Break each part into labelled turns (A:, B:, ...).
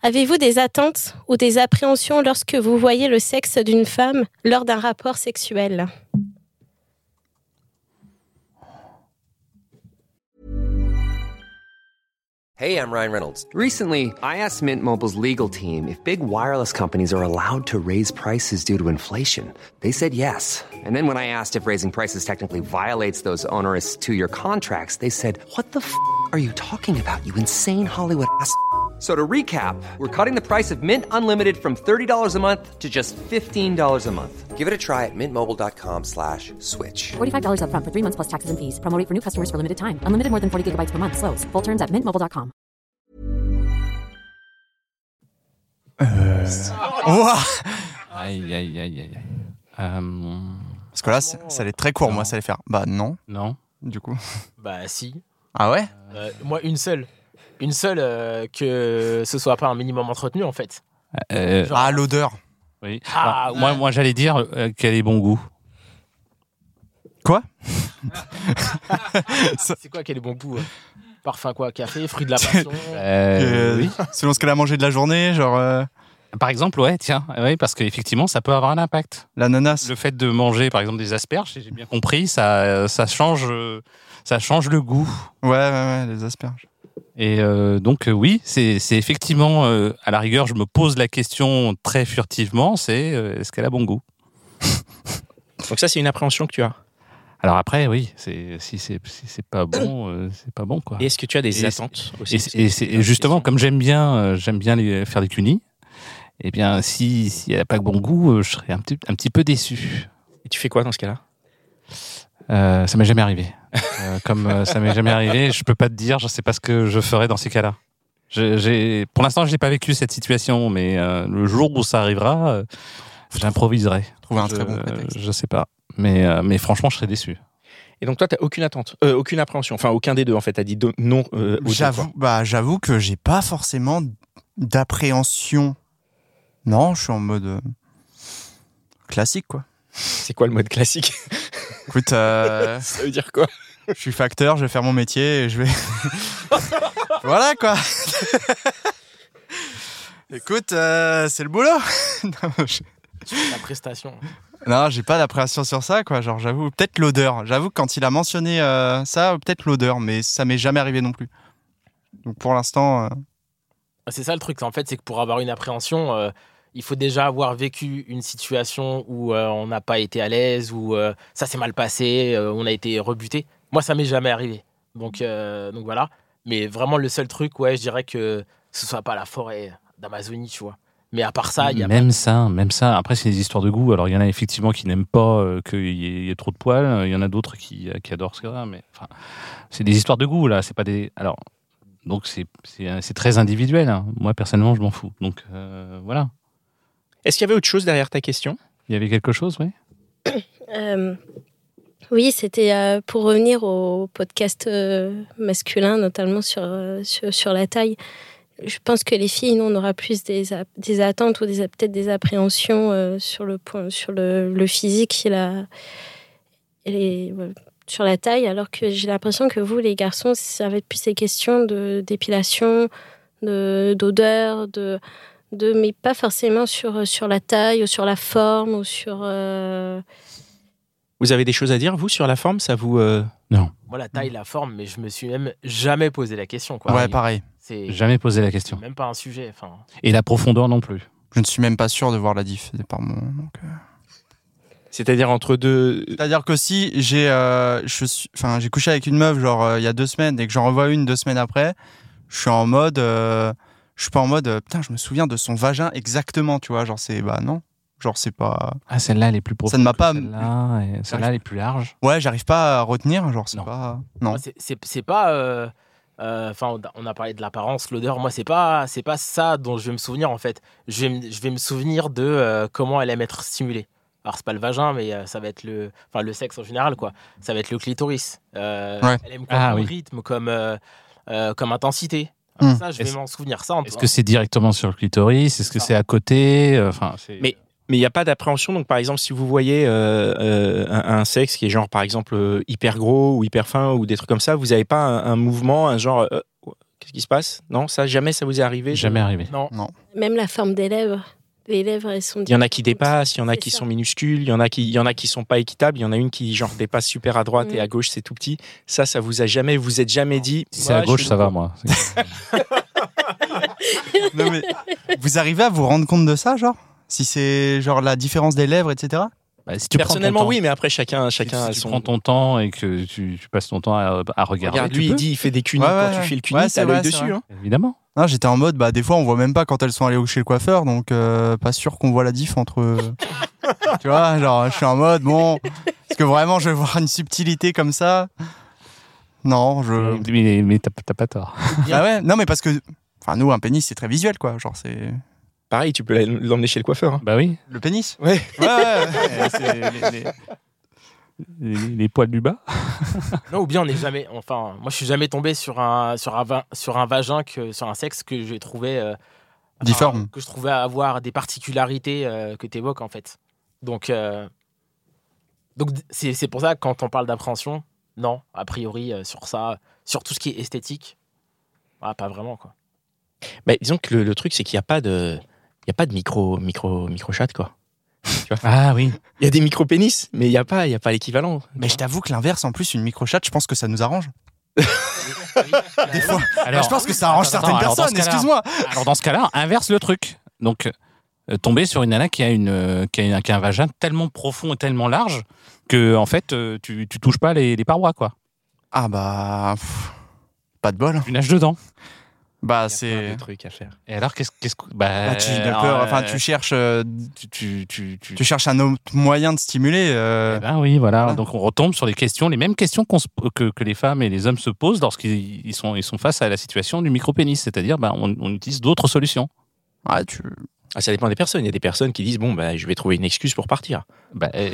A: Avez-vous des attentes ou des appréhensions lorsque vous voyez le sexe d'une femme lors d'un rapport sexuel
B: Hey, I'm Ryan Reynolds. Recently, I asked Mint Mobile's legal team if big wireless companies are allowed to raise prices due to inflation. They said yes. And then when I asked if raising prices technically violates those onerous two year contracts, they said, What the f are you talking about, you insane Hollywood ass? f- So to recap, we're cutting the price of Mint Unlimited from $30 a month to just $15 a month. Give it a try at mintmobile.com slash switch.
C: $45 upfront for three months plus taxes and fees. Promo rate for new customers for limited time. Unlimited more than 40 gigabytes per month. Slows. Full terms at mintmobile.com.
D: Ouah
E: Aïe, aïe, aïe, aïe. Euh,
D: Parce que là, c- ça allait très court, moi, ça allait faire. Bah non,
E: non.
D: du coup.
F: Bah si.
D: Ah ouais
F: Euh, moi, une seule. Une seule euh, que ce soit pas un minimum entretenu, en fait.
E: Euh,
F: Genre-
D: Ah, l'odeur.
E: oui.
F: Ah,
E: Alors, Moi, moi j'allais dire euh, quel est bon goût.
F: C'est quoi quel est bon goût euh Parfum quoi Café, fruit de la passion
E: Euh,
D: Euh,
E: oui.
D: Selon ce qu'elle a mangé de la journée, genre euh,
E: Par exemple, ouais, tiens, euh, oui, parce qu'effectivement, ça peut avoir un impact.
D: l'ananas.
E: Le fait de manger, par exemple, des asperges, si j'ai bien compris, ça, ça, change, euh, ça change le goût.
D: Ouais, ouais, ouais, les asperges.
E: Et euh, donc, euh, oui, c'est c'est effectivement, euh, à la rigueur, je me pose la question très furtivement, c'est euh, est-ce qu'elle a bon goût
G: Donc ça, c'est une appréhension que tu as.
E: Alors après, oui, c'est- si c'est si c'est pas bon, euh, c'est pas bon, quoi.
G: Et est-ce que tu as des
E: Et-
G: attentes aussi
E: Et, c'est- et c'est- et justement, comme j'aime bien, euh, j'aime bien les- faire des cunis, eh bien, si, si elle n'a pas bon goût, euh, je serais un petit, un petit peu déçu.
G: Et tu fais quoi dans ce cas-là
E: Euh, ça m'est jamais arrivé. Euh, comme euh, ça m'est jamais arrivé, je peux pas te dire, je sais pas ce que je ferais dans ces cas-là. Je- j'ai- pour l'instant, je n'ai pas vécu cette situation, mais euh, le jour où ça arrivera, euh, j'improviserai.
D: Trouver un
E: je,
D: très bon prétexte.
E: Je sais pas. Mais, euh, mais franchement, je serais déçu.
G: Et donc toi, t'as aucune attente, euh, aucune appréhension. Enfin, aucun des deux en fait. T'as dit do- non. euh, aux deux,
D: J'avoue,
G: quoi.
D: bah, j'avoue que j'ai pas forcément d'appréhension. Non, je suis en mode euh, classique, quoi.
G: C'est quoi le mode classique
D: Écoute, euh,
G: Ça veut dire quoi
D: je suis facteur, je vais faire mon métier et je vais. voilà, quoi. Écoute, euh, c'est le boulot. Non, je-
F: la prestation.
D: Non, j'ai pas d'appréhension sur ça, quoi. Genre, j'avoue, peut-être l'odeur. J'avoue que quand il a mentionné euh, ça, peut-être l'odeur, mais ça m'est jamais arrivé non plus. Donc pour l'instant, euh,
F: C'est ça le truc, en fait, c'est que pour avoir une appréhension, euh, il faut déjà avoir vécu une situation où euh, on n'a pas été à l'aise, où euh, ça s'est mal passé, euh, on a été rebuté. Moi, ça m'est jamais arrivé. Donc, euh, donc voilà. Mais vraiment, le seul truc, ouais, je dirais que ce soit pas la forêt d'Amazonie, tu vois. Mais à part ça, il y a.
E: même ça, même ça. Après, c'est des histoires de goût. Alors, il y en a effectivement qui n'aiment pas euh, qu'il y, ait- il y ait trop de poils. Il y en a d'autres qui, euh, qui adorent ça. Mais enfin, c'est des histoires de goût là. C'est pas des. Alors, donc c'est c'est, euh, c'est très individuel. hein. Moi, personnellement, je m'en fous. Donc euh, voilà.
G: Est-ce qu'il y avait autre chose derrière ta question
E: Il y avait quelque chose, oui.
A: Euh, Oui, c'était euh, pour revenir au podcast euh, masculin, notamment sur, euh, sur, sur la taille. Je pense que les filles, nous, on aura plus des, a- des attentes ou des a- peut-être des appréhensions euh, sur, le, point, sur le, le physique et la, et les- ouais, sur la taille, alors que j'ai l'impression que vous, les garçons, ça va être plus ces questions de d'épilation, de- d'odeur, de, de, mais pas forcément sur, sur la taille ou sur la forme ou sur... euh,
G: Vous avez des choses à dire vous sur la forme Ça vous euh,
F: Moi, la
E: Mm.
F: taille, la forme, mais je me suis même jamais posé la question, quoi.
D: ouais, pareil.
F: C'est
E: Jamais posé la
F: c'est
E: question.
F: même pas un sujet. Enfin,
E: Et la profondeur non plus.
D: Je ne suis même pas sûr de voir la diff par moment. donc, euh.
G: C'est-à-dire entre deux.
D: C'est-à-dire que si j'ai, euh, je suis, enfin, j'ai couché avec une meuf genre euh, il y a deux semaines et que j'en revois une deux semaines après, je suis en mode, euh, je suis pas en mode, euh, putain, je me souviens de son vagin exactement, tu vois. Genre c'est, bah non, genre c'est pas.
E: Ah, celle-là, elle est plus profonde.
D: Ça ne m'a
E: que
D: pas-
E: Celle-là, et celle-là, elle est plus large.
D: Ouais, j'arrive pas à retenir, genre c'est
E: Non.
D: pas. Non.
F: Moi, c'est- c'est c'est pas. euh, euh, Enfin, on a- on a parlé de l'apparence, l'odeur. Moi, c'est pas, c'est pas ça dont je vais me souvenir en fait. Je vais, me- je vais me souvenir de euh, comment elle aime être stimulée. alors c'est pas le vagin, mais euh, ça va être le, enfin le sexe en général quoi. Ça va être le clitoris. Euh,
D: Ouais.
F: Elle aime comme
E: Ah, oui. Hum.
F: rythme, comme euh, euh, comme intensité. Alors
D: Hmm.
F: Ça, je vais
E: Est-ce-
F: m'en souvenir. Ça, en
E: Est-ce que c'est directement sur le clitoris Est-ce que c'est à côté Euh, Enfin, c'est-
G: Mais- Mais il n'y a pas d'appréhension. Donc, par exemple, si vous voyez euh, euh, un, un sexe qui est genre, par exemple, euh, hyper gros ou hyper fin ou des trucs comme ça, vous n'avez pas un, un mouvement, un genre, euh, qu'est-ce qui se passe Non, ça, jamais ça vous est arrivé.
E: jamais arrivé.
F: Non.
A: Même la forme des lèvres. Les lèvres, elles sont.
G: Il y en a qui dépassent, il y en a
A: C'est
G: qui
A: ça.
G: sont minuscules, il y en a qui, il y en a qui sont pas équitables, il y en a une qui genre dépasse super à droite
A: Mm.
G: et à gauche c'est tout petit. Ça, ça vous a jamais, vous êtes jamais dit.
E: Si c'est à
G: Ouais, je
E: gauche,
G: suis
E: ça va,
G: gros.
E: moi.
D: Non, mais vous arrivez à vous rendre compte de ça, genre Si c'est genre la différence des lèvres, etc.
E: Bah, si tu prends ton
G: Personnellement,
E: temps-
G: oui, mais après chacun,
E: si tu-
G: chacun
E: si
G: a
E: tu
G: son.
E: prends ton temps et que tu, tu passes ton temps à, à regarder.
G: Regarde,
E: tu
G: lui, il
E: peux,
G: dit, il fait des cunis.
D: Ouais,
G: Quand
D: ouais,
G: tu fais le cunis,
D: ouais,
G: t'as
D: c'est
G: l'œil
D: vrai, c'est
G: dessus.
D: vrai.
G: hein.
E: Évidemment.
D: Non, j'étais en mode, bah des fois on voit même pas quand elles sont allées au- chez le coiffeur, donc euh, pas sûr qu'on voit la diff entre. tu vois, genre je suis en mode, bon, est-ce que vraiment je vais voir une subtilité comme ça Non, je.
E: Mais, mais t'as t'as pas tort.
D: Ah ouais, non mais parce que. Enfin, nous, un pénis c'est très visuel quoi, genre c'est.
G: Pareil, tu peux l'emmener chez le coiffeur. hein.
E: Bah oui,
D: Le pénis
G: Ouais.
D: Ouais, ouais, ouais, c'est les- les-
E: les, les poils du bas.
F: Non, ou bien on n'est jamais. Enfin, moi, je suis jamais tombé sur un sur un va- sur un vagin que sur un sexe que j'ai trouvé euh, enfin,
D: Difforme.
F: que je trouvais avoir des particularités euh, que tu évoques en fait. Donc euh, donc d- c'est c'est pour ça que quand on parle d'appréhension, non, a priori euh, sur ça, sur tout ce qui est esthétique, ah, pas vraiment quoi.
G: Bah, disons que le, le truc, c'est qu'il n'y a pas de, il y a pas de micro, micro, micro chat quoi.
E: Ah oui. Mm.
G: Il y a des micro pénis, mais il n'y a pas, il y a pas l'équivalent.
D: Mais je t'avoue que l'inverse, en plus, une microchatte, je pense que ça nous arrange. Des fois,
E: Alors,
D: Bah, je pense que ça arrange
E: Attends,
D: certaines
E: alors, dans ce
D: personnes,
E: cas-là-
D: excuse-moi.
E: alors dans ce cas-là, inverse le truc. Donc, euh, tomber sur une nana qui a, une, euh, qui, a une- qui a un vagin tellement profond et tellement large que, en fait, euh, tu, tu touches pas les, les parois, quoi.
D: Ah bah. pff, pas de bol. hein.
E: Tu nages dedans.
G: Il y
D: Bah,
G: a plein
D: c'est.
G: de trucs à faire.
E: Et alors, qu'est-ce qu'est-ce que. Bah,
D: Bah, tu as
E: alors,
D: peur,
E: euh,
D: enfin, tu cherches, euh,
E: tu- tu- tu- tu-
D: tu cherches un autre moyen de stimuler. euh,
E: Eh ben oui, voilà.
D: voilà.
E: Donc on retombe sur les questions, les mêmes questions qu'on se- que, que les femmes et les hommes se posent lorsqu'ils ils sont, ils sont face à la situation du micro-pénis. C'est-à-dire, ben, on, on utilise d'autres solutions.
D: ouais, tu-
G: Ah, ça dépend des personnes. Il y a des personnes qui disent bon, bah, je vais trouver une excuse pour partir.
E: Ben, euh,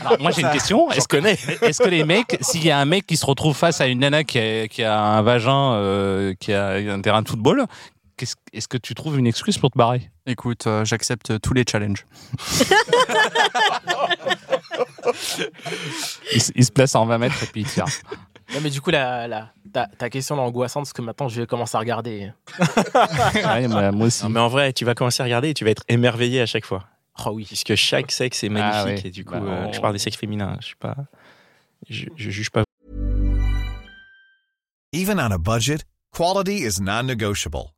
E: alors, moi, j'ai une question.
G: Je
E: Est-ce que,
G: connais.
E: est-ce que les mecs, s'il y a un mec qui se retrouve face à une nana qui a, qui a un vagin, euh, qui a un terrain de football, qu'est-ce- est-ce que tu trouves une excuse pour te barrer
D: Écoute, euh, j'accepte tous les challenges.
E: il, se- il se place à en 20 mètres et puis il tire.
F: Non, mais du coup la, la- ta, ta question là angoissante parce que maintenant je vais commencer à regarder.
E: Ah
F: euh,
E: Ouais, bah, moi- moi aussi.
G: Non, mais en vrai, tu vas commencer à regarder et tu vas être émerveillé à chaque fois.
F: Oh oui.
G: Puisque chaque sexe est magnifique.
E: ouais.
G: Et du coup,
E: Bah,
G: euh,
E: on-
G: je parle des sexes féminins. Je suis pas. Je, je juge pas.
H: Even on a budget, quality is non-negotiable.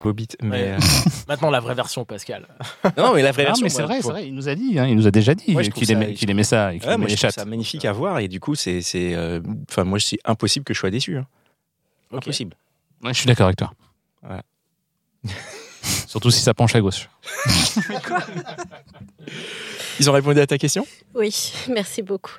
G: Bobit, mais.
F: Ouais. Maintenant la vraie version Pascal.
G: euh, non, mais la vraie
E: Non,
G: version.
E: mais c'est
G: moi,
E: vrai,
G: faut-
E: c'est vrai. Il nous a dit, hein, il nous a déjà dit
G: Moi, je trouve
E: qu'il
G: ça-
E: aimait, qu'il aimait ça et qu'il
G: Ouais,
E: aimait
G: moi, je
E: les
G: trouve
E: chattes.
G: ça magnifique à voir. Et du coup, c'est. c'est, euh, Enfin, moi, c'est impossible que je sois déçu. hein.
F: Ok.
G: Impossible.
E: Ouais, je suis d'accord avec toi.
G: Ouais.
E: Surtout si ça penche à gauche.
G: Ils ont répondu à ta question
A: Oui, merci beaucoup.